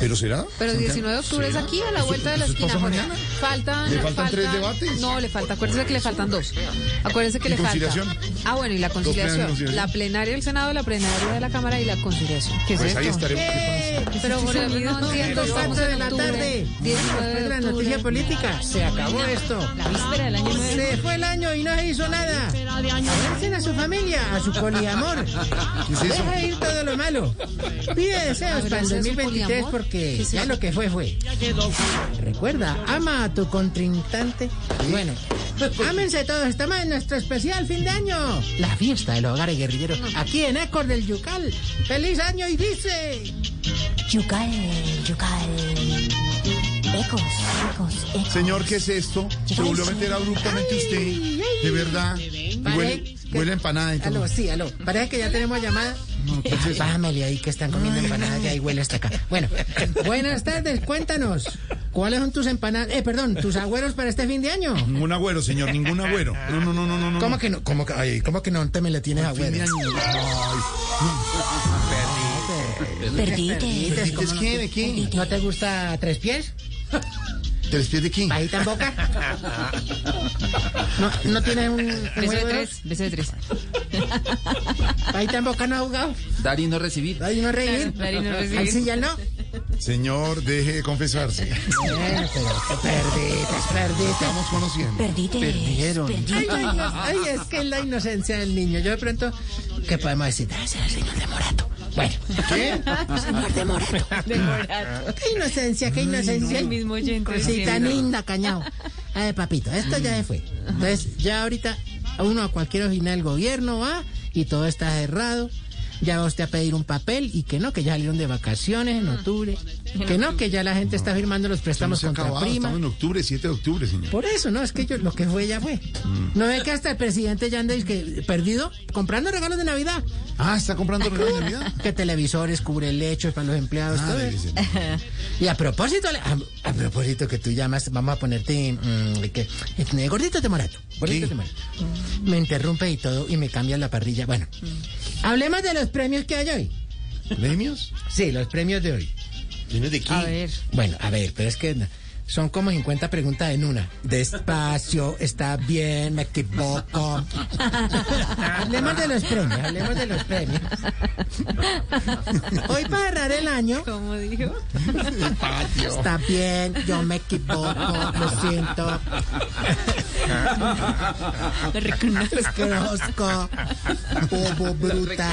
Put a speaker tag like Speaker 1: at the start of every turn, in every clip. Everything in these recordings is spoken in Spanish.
Speaker 1: ¿Pero será?
Speaker 2: Pero 19 de octubre es aquí, a la vuelta de la
Speaker 1: ¿Eso pasa
Speaker 2: esquina, Jorge.
Speaker 1: mañana?
Speaker 2: Faltan,
Speaker 1: ¿Le faltan tres debates?
Speaker 2: No, le falta. Acuérdese que le faltan dos. Acuérdese que
Speaker 1: ¿Y
Speaker 2: le falta.
Speaker 1: conciliación?
Speaker 2: Ah, bueno, y la
Speaker 1: plenas de
Speaker 2: conciliación.
Speaker 1: conciliación.
Speaker 2: La plenaria del Senado, la plenaria de la Cámara y la conciliación. ¿Qué es
Speaker 1: Pues ahí
Speaker 2: esto?
Speaker 1: estaremos.
Speaker 3: Eh.
Speaker 1: ¿Qué
Speaker 2: Pero Jorge, no entiendo. Estamos
Speaker 3: Cuatro
Speaker 2: en
Speaker 3: de la
Speaker 2: octubre,
Speaker 3: tarde.
Speaker 2: 19 de
Speaker 3: la
Speaker 2: octubre.
Speaker 3: noticia política. Se acabó esto.
Speaker 2: La víspera del año nuevo.
Speaker 3: Se fue el año y no se hizo nada. Agradecen a su familia, a su poliamor.
Speaker 1: es eso?
Speaker 3: Deja ir todo lo malo. Pide deseos para el
Speaker 2: Abrazo a su
Speaker 3: 2023
Speaker 2: poliamor. ¿Qué
Speaker 3: porque
Speaker 2: es
Speaker 3: ya
Speaker 2: eso?
Speaker 3: lo que fue fue. Recuerda, ama a tu contrincante. Y Bueno, ámense todos. Estamos en nuestro especial fin de año. La fiesta de los hogares guerrilleros. Aquí en Ecos del Yucal. ¡Feliz año y dice!
Speaker 4: Yucal, yucal. Ecos, ecos, ecos.
Speaker 1: Señor, ¿qué es esto? Se volvió a meter abruptamente usted. De verdad. Y huele, huele a empanada y todo.
Speaker 3: Aló, sí, aló. Parece que ya tenemos llamada. Pámele ahí que están comiendo empanadas y ahí huele hasta acá. Bueno, buenas tardes, cuéntanos. ¿Cuáles son tus empanadas? Eh, perdón, tus agüeros para este fin de año.
Speaker 1: Ningún agüero, señor, ningún agüero. No, no, no, no, no. no.
Speaker 3: ¿Cómo que no? ¿Cómo que, ay, ¿cómo que no te me le tienes
Speaker 1: Fin de
Speaker 3: agüero?
Speaker 1: año.
Speaker 4: Perdite.
Speaker 3: Dices, pues,
Speaker 1: ¿Dices
Speaker 3: ¿cómo
Speaker 1: qué? ¿De qué?
Speaker 3: ¿No te gusta tres pies?
Speaker 1: ¿Tres pies de qué?
Speaker 3: ¿Pajita en boca? ¿No, no tienes un, un
Speaker 2: Beso de
Speaker 3: huevo?
Speaker 2: tres, beso de tres.
Speaker 3: ¿Pajita en boca no ha jugado?
Speaker 5: Dar y no recibir.
Speaker 3: Ay, no reír.
Speaker 2: Dar y no recibir.
Speaker 3: Al sí y al no.
Speaker 1: Señor, deje de confesarse.
Speaker 3: Bueno, pero perditas, perditas.
Speaker 1: Estamos conociendo.
Speaker 4: Perdite.
Speaker 5: Perdieron.
Speaker 3: Ay, ay, Dios, ay, es que la inocencia del niño. Yo de pronto, ¿qué podemos decir? Ah, es el señor de Morato. Bueno,
Speaker 1: ¿Qué?
Speaker 3: señor de Morato. Qué inocencia, qué inocencia.
Speaker 2: El mismo oyente.
Speaker 3: Sí,
Speaker 2: diciendo.
Speaker 3: tan linda, cañao. A ver, papito, esto ya se fue. Entonces, ya ahorita uno a cualquier oficina del gobierno va y todo está cerrado. Ya va usted a pedir un papel y que no, que ya salieron de vacaciones en octubre. Que no, que ya la gente está firmando los
Speaker 1: Estamos
Speaker 3: préstamos contra
Speaker 1: acabados.
Speaker 3: prima.
Speaker 1: Estamos en octubre, 7 de octubre, señor.
Speaker 3: Por eso, no, es que yo, lo que fue ya fue. No ve que hasta el presidente ya anda que, perdido comprando regalos de Navidad.
Speaker 1: Ah, ¿está comprando regalos de Navidad?
Speaker 3: Que televisores, cubre lechos para los empleados,
Speaker 1: Ah,
Speaker 3: todo
Speaker 1: debe
Speaker 3: eso.
Speaker 1: ser.
Speaker 3: Y a propósito, le- a, a propósito que tú llamas, vamos a ponerte mm, que, eh, gordito de morato. Gordito
Speaker 1: ¿Qué?
Speaker 3: de morato. Me interrumpe y todo y me cambia la parrilla. Bueno, hablemos de los premios que hay hoy.
Speaker 1: ¿Premios?
Speaker 3: Sí, los premios de hoy.
Speaker 1: ¿Premios de
Speaker 2: A
Speaker 1: qué?
Speaker 2: ver.
Speaker 3: Bueno, a ver, pero es que no, son como 50 preguntas en una. Despacio, está bien, me equivoco. hablemos de los premios, hablemos de los premios. Hoy para cerrar el año,
Speaker 2: ¿Cómo dijo?
Speaker 3: está bien, yo me equivoco, lo siento, asqueroso, bobo, bruta,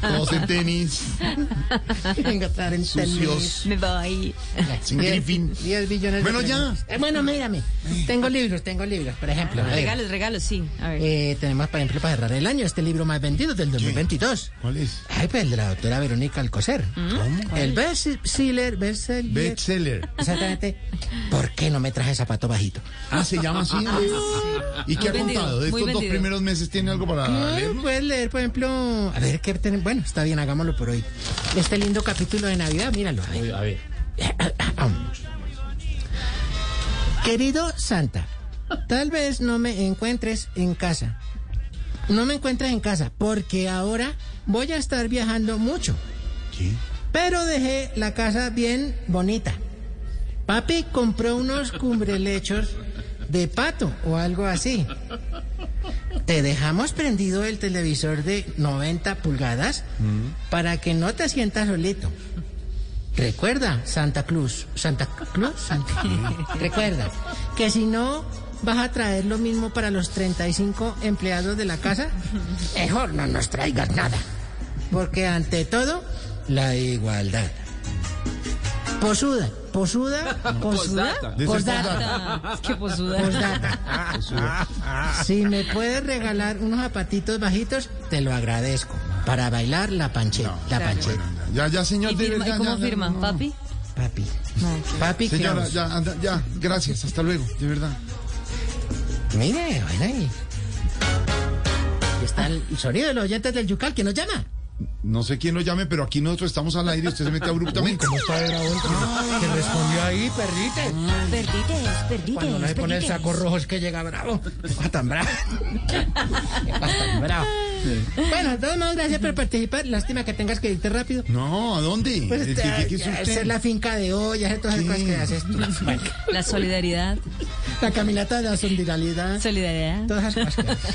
Speaker 1: Todos en tenis,
Speaker 3: venga, estar en tenis.
Speaker 1: sucios,
Speaker 2: Me voy.
Speaker 1: sin griffin.
Speaker 3: 10 billones
Speaker 1: Bueno,
Speaker 3: de
Speaker 1: ya.
Speaker 3: Eh, bueno, mírame, tengo libros, tengo libros, por ejemplo. a ver.
Speaker 2: Regalos, regalos, sí. A ver.
Speaker 3: Eh, tenemos, por ejemplo, para cerrar el año, este libro más vendido del 2022.
Speaker 1: ¿Cuál es?
Speaker 3: Ay, pues el de la doctora Verónica Alcocer.
Speaker 1: ¿Mm?
Speaker 3: El bestseller, bestseller.
Speaker 1: Bestseller.
Speaker 3: Exactamente. ¿Por qué no me traje zapato bajito?
Speaker 1: Ah, se llama así. ¿Y qué ha
Speaker 2: vendido,
Speaker 1: contado? ¿De
Speaker 2: muy
Speaker 1: estos dos
Speaker 2: vendido.
Speaker 1: primeros meses tiene algo para leer?
Speaker 3: Puedes leer, por ejemplo, a ver qué tenemos. Bueno, está bien, hagámoslo por hoy. Este lindo capítulo de Navidad, míralo. A ver. Querido Santa, tal vez no me encuentres en casa. No me encuentras en casa porque ahora voy a estar viajando mucho.
Speaker 1: ¿Qué?
Speaker 3: Pero dejé la casa bien bonita. Papi compró unos cumbrelechos de pato o algo así. Te dejamos prendido el televisor de 90 pulgadas para que no te sientas solito. Recuerda, Santa Cruz, Santa Cruz, Santa Recuerda que si no vas a traer lo mismo para los 35 empleados de la casa, mejor no nos traigas nada. Porque ante todo, la igualdad. Posuda, posuda, posuda,
Speaker 1: Dice
Speaker 3: posdata,
Speaker 2: Ah, qué posuda.
Speaker 3: posdata. Si me puedes regalar unos zapatitos bajitos, te lo agradezco. Para bailar la pancheta, la pancheta.
Speaker 1: Ya, ya, señor,
Speaker 5: ¿Y
Speaker 1: de
Speaker 5: firma-
Speaker 1: verdad.
Speaker 5: ¿y cómo
Speaker 1: ya, ya,
Speaker 5: firma?
Speaker 1: no, no.
Speaker 5: ¿Papi?
Speaker 3: Papi. Papi, ¿qué
Speaker 1: Señora,
Speaker 3: vamos?
Speaker 1: ya, anda, ya, gracias, hasta luego, de verdad.
Speaker 3: Mire, bueno, y... y está el sonido de los oyentes del Yucal que nos llama.
Speaker 1: No sé quién lo llame, pero aquí nosotros estamos al aire y usted se mete abruptamente.
Speaker 3: Que respondió ahí, perdite.
Speaker 4: Perdites, perdites,
Speaker 3: Cuando no se pone el
Speaker 4: perdites.
Speaker 3: saco rojo es que llega bravo. Va tan bravo. Va tan bravo. Bueno, de todos modos, gracias por participar. Lástima que tengas que irte rápido.
Speaker 1: No, ¿a dónde?
Speaker 3: Pues
Speaker 1: ¿Qué-
Speaker 3: este,
Speaker 1: qué- qué es
Speaker 3: hacer
Speaker 1: usted?
Speaker 3: la finca de ollas, hacer todas esas cosas que haces tú. Bueno,
Speaker 5: La solidaridad.
Speaker 3: la caminata de la solidaridad,
Speaker 5: Solidaridad.
Speaker 3: todas esas cosas que haces.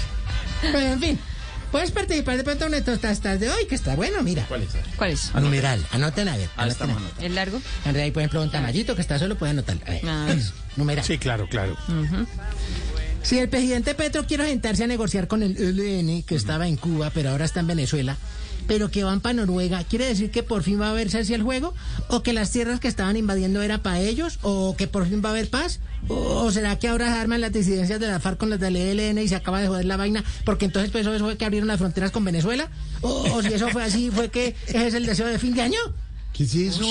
Speaker 3: Bueno, en fin, puedes participar de pronto en estas tastas de hoy, que está bueno, mira.
Speaker 5: ¿Cuál es? Ah,
Speaker 3: Numeral, anoten a ver. anoten a ver.
Speaker 5: ¿El largo?
Speaker 3: En realidad, por ejemplo, un tamayito que está solo puede anotar. A ver,
Speaker 5: A ver.
Speaker 3: numeral.
Speaker 6: claro, claro.
Speaker 3: Si el presidente Petro quiere sentarse a negociar con el ELN, que estaba en Cuba, pero ahora está en Venezuela, pero que van para Noruega, ¿quiere decir que por fin va a verse hacia el juego? ¿O que las tierras que estaban invadiendo era para ellos? ¿O que por fin va a haber paz? ¿O o será que ahora se arman las disidencias de la FARC con las del ELN y se acaba de joder la vaina? Porque entonces pues, eso fue que abrieron las fronteras con Venezuela. ¿O, o si eso fue así, fue que ese es el deseo de fin de año?
Speaker 1: ¿Qué es eso?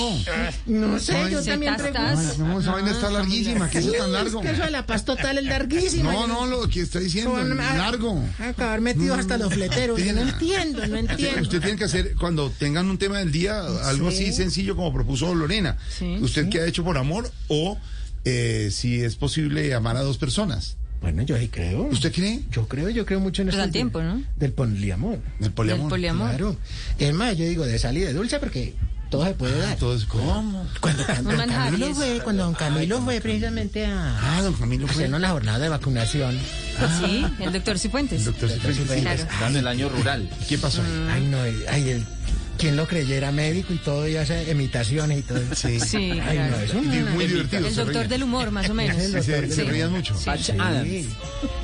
Speaker 3: No sé, yo
Speaker 5: Sí,
Speaker 3: también
Speaker 5: tas,
Speaker 3: pregunto.
Speaker 5: tas.
Speaker 1: No, esa vaina está larguísima, ¿qué es eso tan
Speaker 3: Es
Speaker 1: largo?
Speaker 3: que eso de la paz total es larguísimo.
Speaker 1: No, no, lo que está diciendo,
Speaker 3: Son- ah,
Speaker 1: largo.
Speaker 3: a acabar metidos hasta los fleteros. Yo no entiendo, no entiendo.
Speaker 1: Usted tiene que hacer, cuando tengan un tema del día, algo así sencillo como propuso Lorena. ¿Usted qué ha hecho por amor o eh, si es posible amar a dos personas?
Speaker 3: Bueno, yo ahí creo.
Speaker 1: ¿Usted cree?
Speaker 3: Yo creo, yo creo mucho en
Speaker 5: Pues
Speaker 3: esto
Speaker 5: da
Speaker 3: del-
Speaker 5: tiempo, ¿no?
Speaker 3: Del poliamor.
Speaker 1: El poliamor.
Speaker 5: El poliamor.
Speaker 3: Claro. Es más, yo digo de salida dulce porque todo se puede dar.
Speaker 1: Entonces, ¿cómo?
Speaker 3: Cuando, Cam-
Speaker 5: Un
Speaker 3: don
Speaker 5: manjar,
Speaker 3: Camilo
Speaker 5: yes.
Speaker 3: fue, cuando don Camilo fue precisamente a
Speaker 1: Ah, don Camilo fue.
Speaker 3: hacer una jornada de vacunación.
Speaker 5: Pues Sí, el doctor Cifuentes.
Speaker 1: Doctor Cifuentes.
Speaker 5: Claro.
Speaker 6: Dando el año rural.
Speaker 1: pues, ¿Qué pasó?
Speaker 3: Ay, no, ay, el, quien lo creyera médico y todo, y hace imitaciones y todo.
Speaker 1: Sí.
Speaker 5: Sí,
Speaker 3: Ay, no,
Speaker 5: claro.
Speaker 3: es una-
Speaker 1: Di- Muy divertido.
Speaker 5: El
Speaker 1: se
Speaker 5: doctor
Speaker 1: reían.
Speaker 5: del humor, más o menos.
Speaker 1: Sí, se, se
Speaker 5: Sí.
Speaker 1: reían mucho.
Speaker 6: Patch Adams.
Speaker 3: Sí.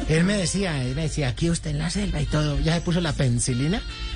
Speaker 3: Él me decía, él me decía, aquí usted en la selva y todo, ya se puso la penicilina.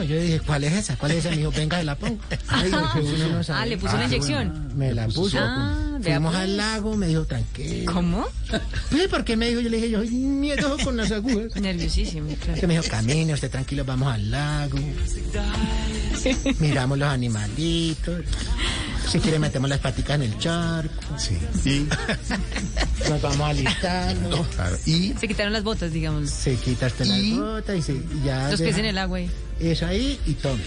Speaker 3: Yo dije, ¿cuál es esa? ¿Cuál es esa? Me dijo, venga, se la pongo. Ay, porque uno no sabe.
Speaker 5: Ah, le puso una inyección.
Speaker 3: Me la puso.
Speaker 5: Ah, vea
Speaker 3: Fuimos
Speaker 5: pues.
Speaker 3: al lago, me dijo, tranquilo.
Speaker 5: ¿Cómo?
Speaker 3: Pues, ¿por qué me dijo? Yo le dije, yo soy miedoso con las agujas.
Speaker 5: Nerviosísimo, claro.
Speaker 3: Entonces me dijo, camine, usted tranquilo, vamos al lago. Miramos los animalitos. Si quiere, metemos las paticas en el charco.
Speaker 1: Sí. Y,
Speaker 3: Nos vamos alistando.
Speaker 1: claro, y
Speaker 5: Se quitaron las botas, digamos.
Speaker 3: Se quita hasta
Speaker 1: Y-
Speaker 3: la gota y se, y ya.
Speaker 5: Los pies
Speaker 3: deja
Speaker 5: en el agua. ahí.
Speaker 3: Eso ahí y tome.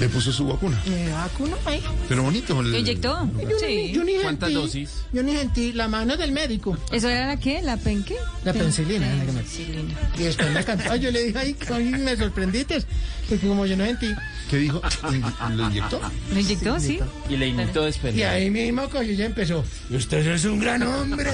Speaker 1: le puso su vacuna.
Speaker 3: Me vacuno ahí.
Speaker 1: Pero bonito. el-
Speaker 5: ¿Lo inyectó?
Speaker 3: Yo ni- yo
Speaker 5: Sí.
Speaker 3: ni
Speaker 6: ¿Cuántas
Speaker 3: sentí-
Speaker 6: dosis?
Speaker 3: Yo ni sentí la mano del médico.
Speaker 5: ¿Eso era la qué? ¿La penque?
Speaker 3: La penicilina. es la que me-
Speaker 5: Penicilina.
Speaker 3: Y después me cantó. Yo le dije, ay, coño, me sorprendiste. Porque como yo no sentí.
Speaker 1: ¿Qué dijo? ¿Lo inyectó?
Speaker 5: ¿Lo inyectó? Sí.
Speaker 6: Y le imitó después.
Speaker 3: Y ahí mismo coño ya empezó. Usted es un gran hombre.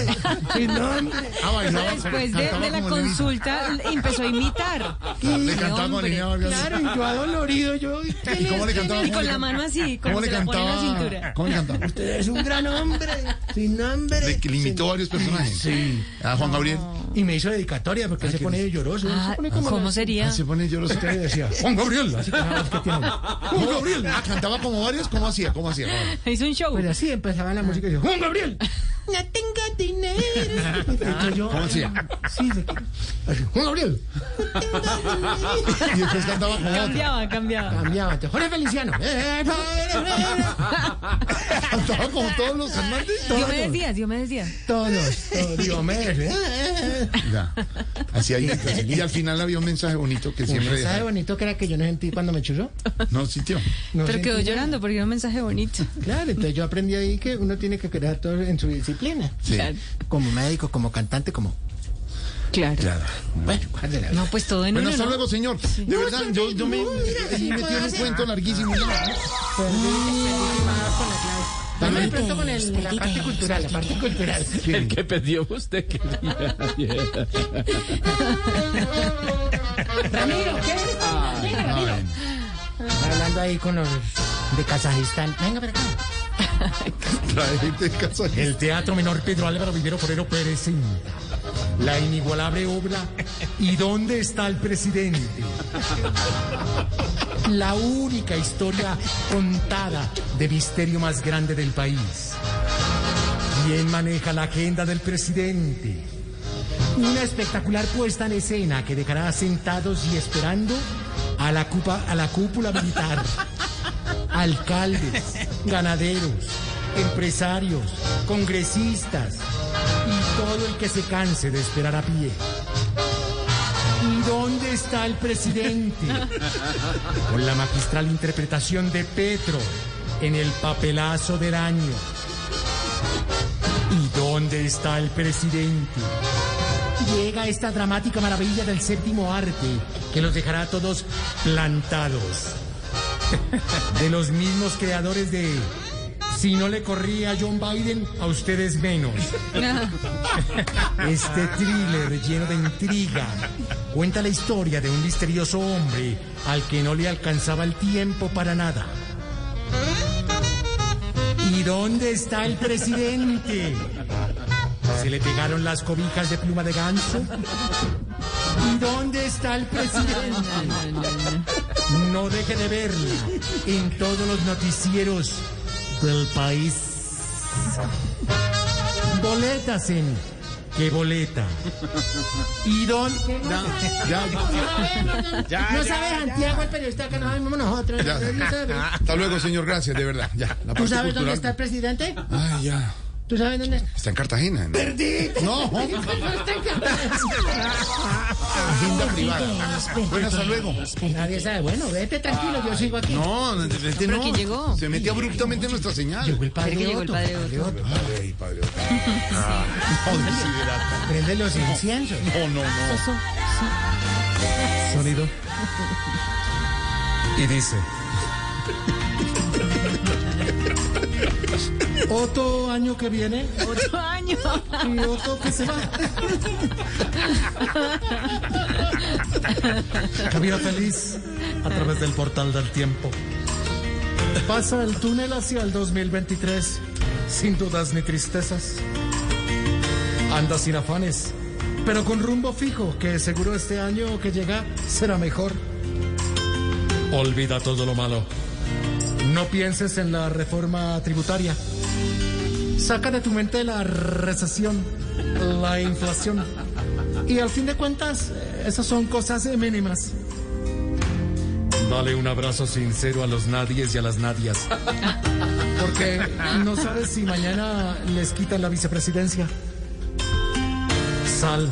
Speaker 3: Sin nombre.
Speaker 1: Ah, bailaba.
Speaker 5: Después de,
Speaker 1: cantaba
Speaker 5: de la
Speaker 1: como Lenita.
Speaker 5: consulta empezó a imitar.
Speaker 1: Le cantaba con
Speaker 5: hombre.
Speaker 1: Lenina Vargas.
Speaker 3: Claro, y yo adolorido, yo. ¿Y
Speaker 1: ¿Y cómo le cantaba?
Speaker 5: Y
Speaker 1: ¿Cómo
Speaker 5: con
Speaker 1: le
Speaker 5: la
Speaker 1: can-
Speaker 5: mano así,
Speaker 1: ¿Cómo
Speaker 5: como
Speaker 1: le
Speaker 5: se la pone en la
Speaker 1: cantaba? Ah,
Speaker 5: cintura.
Speaker 1: ¿Cómo le cantaba?
Speaker 3: Usted es un gran hombre. Sin nombre.
Speaker 1: Le, que le imitó a varios personajes.
Speaker 3: Sí.
Speaker 1: A Juan Gabriel.
Speaker 3: Y me hizo dedicatoria porque
Speaker 1: Ah,
Speaker 3: se pone lloroso. él se
Speaker 5: Ah,
Speaker 3: pone como
Speaker 5: ¿Cómo
Speaker 3: las-
Speaker 5: sería?
Speaker 1: Se pone lloroso.
Speaker 3: Entonces decía,
Speaker 1: Juan Gabriel. así.
Speaker 3: "Ah, es que tiene".
Speaker 1: Juan Gabriel. Ah, cantaba como varios. ¿Cómo hacía? ¿Cómo hacía? ¿Cómo hacía?
Speaker 5: Hizo un show.
Speaker 3: Pero Pues así empezaba la música y yo, Juan Gabriel. No tengo dinero. Entonces yo, ah,
Speaker 1: ¿Cómo hacía?
Speaker 3: Sí, se quedó. Así, Juan Gabriel.
Speaker 1: Y después cantaba como otro.
Speaker 5: Cambiaba,
Speaker 1: Ah,
Speaker 5: cambiaba.
Speaker 3: Cambiaba. entonces, Jorge Feliciano. Eh,
Speaker 1: Cantaba como todos los Hernández.
Speaker 5: Yo me decía, yo me decía.
Speaker 3: Todos. todos, Diomedes. eh.
Speaker 1: Ya. Así ahí. Y al final había un mensaje bonito que
Speaker 3: Un
Speaker 1: siempre.
Speaker 3: mensaje bonito que era que yo no sentí cuando me chuzó.
Speaker 1: No sintió.
Speaker 3: No
Speaker 5: Pero
Speaker 3: sentí
Speaker 5: quedó
Speaker 3: nada.
Speaker 5: llorando porque era un mensaje bonito.
Speaker 3: Claro, entonces yo aprendí ahí que uno tiene que crear todo en su disciplina.
Speaker 1: Sí.
Speaker 5: Claro.
Speaker 3: Como médico, como cantante, como...
Speaker 5: Claro.
Speaker 1: Claro.
Speaker 3: Bueno, ¿cuál de la
Speaker 5: No, pues todo en
Speaker 1: Bueno,
Speaker 5: uno.
Speaker 1: hasta
Speaker 5: ¿no?
Speaker 1: luego, señor. De verdad, yo, yo me,
Speaker 3: no, mira,
Speaker 1: me
Speaker 3: sí
Speaker 1: metí en
Speaker 3: puede
Speaker 1: un
Speaker 3: ser.
Speaker 1: cuento larguísimo.
Speaker 3: Perdí- perdí el marco, la clave.
Speaker 7: Vamos de pronto con el- la parte cultural, la parte cultural.
Speaker 6: El que perdió usted. querida.
Speaker 7: Ramiro, ¿qué? Venga, Ramiro. Hablando ahí con los de Kazajistán. Venga, para acá.
Speaker 1: Trae gente de Kazajistán.
Speaker 3: El Teatro Menor Pedro Álvaro Vivero Forero Pérez en la inigualable obra ¿Y dónde está el presidente? La única historia contada de misterio más grande del país. ¿Quién maneja la agenda del presidente? Una espectacular puesta en escena que dejará sentados y esperando a la, cupa- a la cúpula militar, alcaldes, ganaderos, empresarios, congresistas y todo el que se canse de esperar a pie. ¿Y dónde está el presidente? Con la magistral interpretación de Petro en el papelazo del año. ¿Y dónde está el presidente? Llega esta dramática maravilla del séptimo arte que los dejará a todos plantados. De los mismos creadores de Si no le corría a John Biden, a ustedes menos. Este thriller lleno de intriga cuenta la historia de un misterioso hombre al que no le alcanzaba el tiempo para nada. ¿Y dónde está el presidente? ¿Se le pegaron las cobijas de pluma de ganso? ¿Y dónde está el presidente? No deje de verla en todos los noticieros del país. Boletas en... ¿Qué boleta? ¿Y dónde?
Speaker 1: Ya,
Speaker 7: No sabe Santiago, el periodista que nos vimos nosotros.
Speaker 1: ya,
Speaker 7: No sabe.
Speaker 5: Ah,
Speaker 1: ya. Hasta luego, señor. Gracias, de verdad. Ya, la
Speaker 7: ¿Tú
Speaker 1: parte
Speaker 7: sabes dónde
Speaker 1: cultural.
Speaker 7: está el presidente?
Speaker 1: Ah, ya.
Speaker 7: ¿Tú sabes dónde está?
Speaker 1: Está en Cartagena. ¿no? No, hombre. agenda privada. Bueno, hasta luego.
Speaker 7: Nadie sabe. Bueno, vete tranquilo, yo sigo aquí.
Speaker 1: No, no, vete,
Speaker 5: pero
Speaker 1: no.
Speaker 5: ¿quién llegó?
Speaker 1: Se metió abruptamente en nuestra señal.
Speaker 7: Llegó el padre
Speaker 5: Creo que llegó el
Speaker 7: Otto.
Speaker 5: padre Otto.
Speaker 7: Otto.
Speaker 1: Ay, padre. Ah, considerado.
Speaker 7: Prende los inciensos.
Speaker 1: No, oh, no, no.
Speaker 3: Sonido. Y dice.
Speaker 7: Otro año que viene
Speaker 5: Otro año.
Speaker 7: y otro que se va.
Speaker 3: Javier Feliz a través del portal del tiempo.
Speaker 7: Pasa el túnel hacia el 2023.
Speaker 3: Sin dudas ni tristezas. Anda sin afanes, pero con rumbo fijo que seguro este año que llega será mejor. Olvida todo lo malo. No pienses en la reforma tributaria. Saca de tu mente la recesión, la inflación. Y al fin de cuentas, eh, esas son cosas eh, mínimas. Dale un abrazo sincero a los nadies y a las nadias. Porque no sabes si mañana les quitan la vicepresidencia. Sal,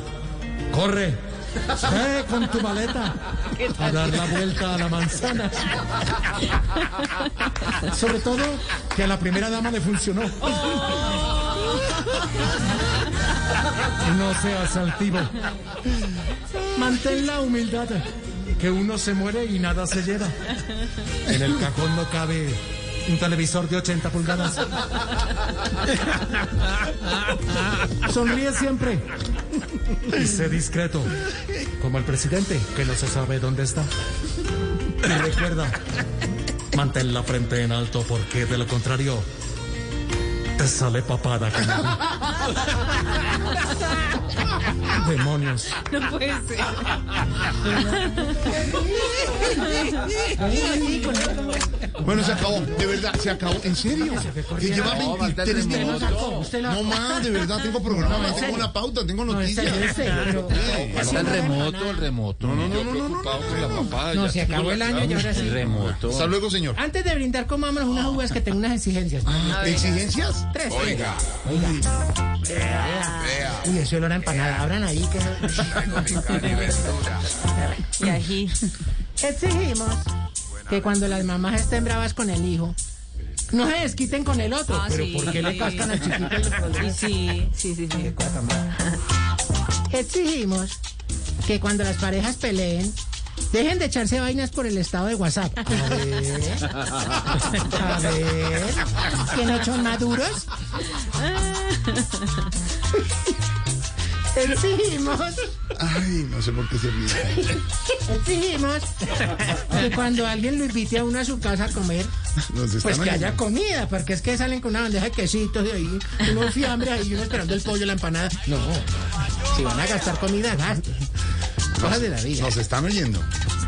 Speaker 3: corre, ve con tu maleta a dar la vuelta a la manzana. Sobre todo que a la primera dama le funcionó. No seas altivo. Mantén la humildad, que uno se muere y nada se lleva. En el cajón no cabe un televisor de 80 pulgadas. Sonríe siempre. Y sé discreto, como el presidente, que no se sabe dónde está. Y recuerda, mantén la frente en alto porque de lo contrario, te sale papada. canario. Demonios.
Speaker 5: No puede ser.
Speaker 1: Bueno, se acabó. De verdad, se acabó. ¿En serio?
Speaker 7: Ah,
Speaker 1: Que lleva 23
Speaker 6: faltan
Speaker 1: minutos.
Speaker 7: Usted la-
Speaker 1: No más, de verdad, tengo programa,
Speaker 7: en
Speaker 1: tengo
Speaker 7: serio.
Speaker 1: una pauta, tengo
Speaker 7: No, es serio, es
Speaker 1: noticias. Eh,
Speaker 7: serio, pero-
Speaker 6: Falta el remoto, el remoto.
Speaker 1: No, no, no,
Speaker 6: Yo
Speaker 1: no, no, no,
Speaker 6: preocupado
Speaker 1: no,
Speaker 6: con la
Speaker 1: no.
Speaker 6: papada,
Speaker 7: No,
Speaker 6: ya
Speaker 7: se
Speaker 6: tengo
Speaker 7: acabó
Speaker 6: la-
Speaker 7: el año y ahora sí. Ah,
Speaker 6: El remoto.
Speaker 1: Hasta luego, señor. Ah,
Speaker 7: Antes de brindar, comámonos unas uvas que tengo unas exigencias. Ah,
Speaker 1: ¿Exigencias?
Speaker 7: Tres.
Speaker 1: Oiga.
Speaker 7: Uy, ese olor a empanada. Abran ahí que
Speaker 5: Y ají.
Speaker 7: Exigimos que cuando las mamás estén bravas con el hijo, no se desquiten con el otro.
Speaker 5: Ah,
Speaker 7: pero
Speaker 5: sí.
Speaker 7: ¿por qué le cascan al chiquito el problema?
Speaker 5: Sí, sí, sí. sí.
Speaker 7: Exigimos que cuando las parejas peleen, Dejen de echarse vainas por el estado de WhatsApp. A ver. A ver. ¿Quiénes son maduros?
Speaker 5: Ah.
Speaker 7: Exigimos,
Speaker 1: Ay, no sé por qué se ríe.
Speaker 7: exigimos que cuando alguien lo invite a uno a su casa a comer,
Speaker 1: Nos están
Speaker 7: pues que haya
Speaker 1: ayudando.
Speaker 7: comida, porque es que salen con una bandeja de quesitos y ahí, uno fiambre ahí, uno esperando el pollo, la empanada. No, si van a gastar comida, gasten. Cosas de la vida.
Speaker 1: Nos están oyendo.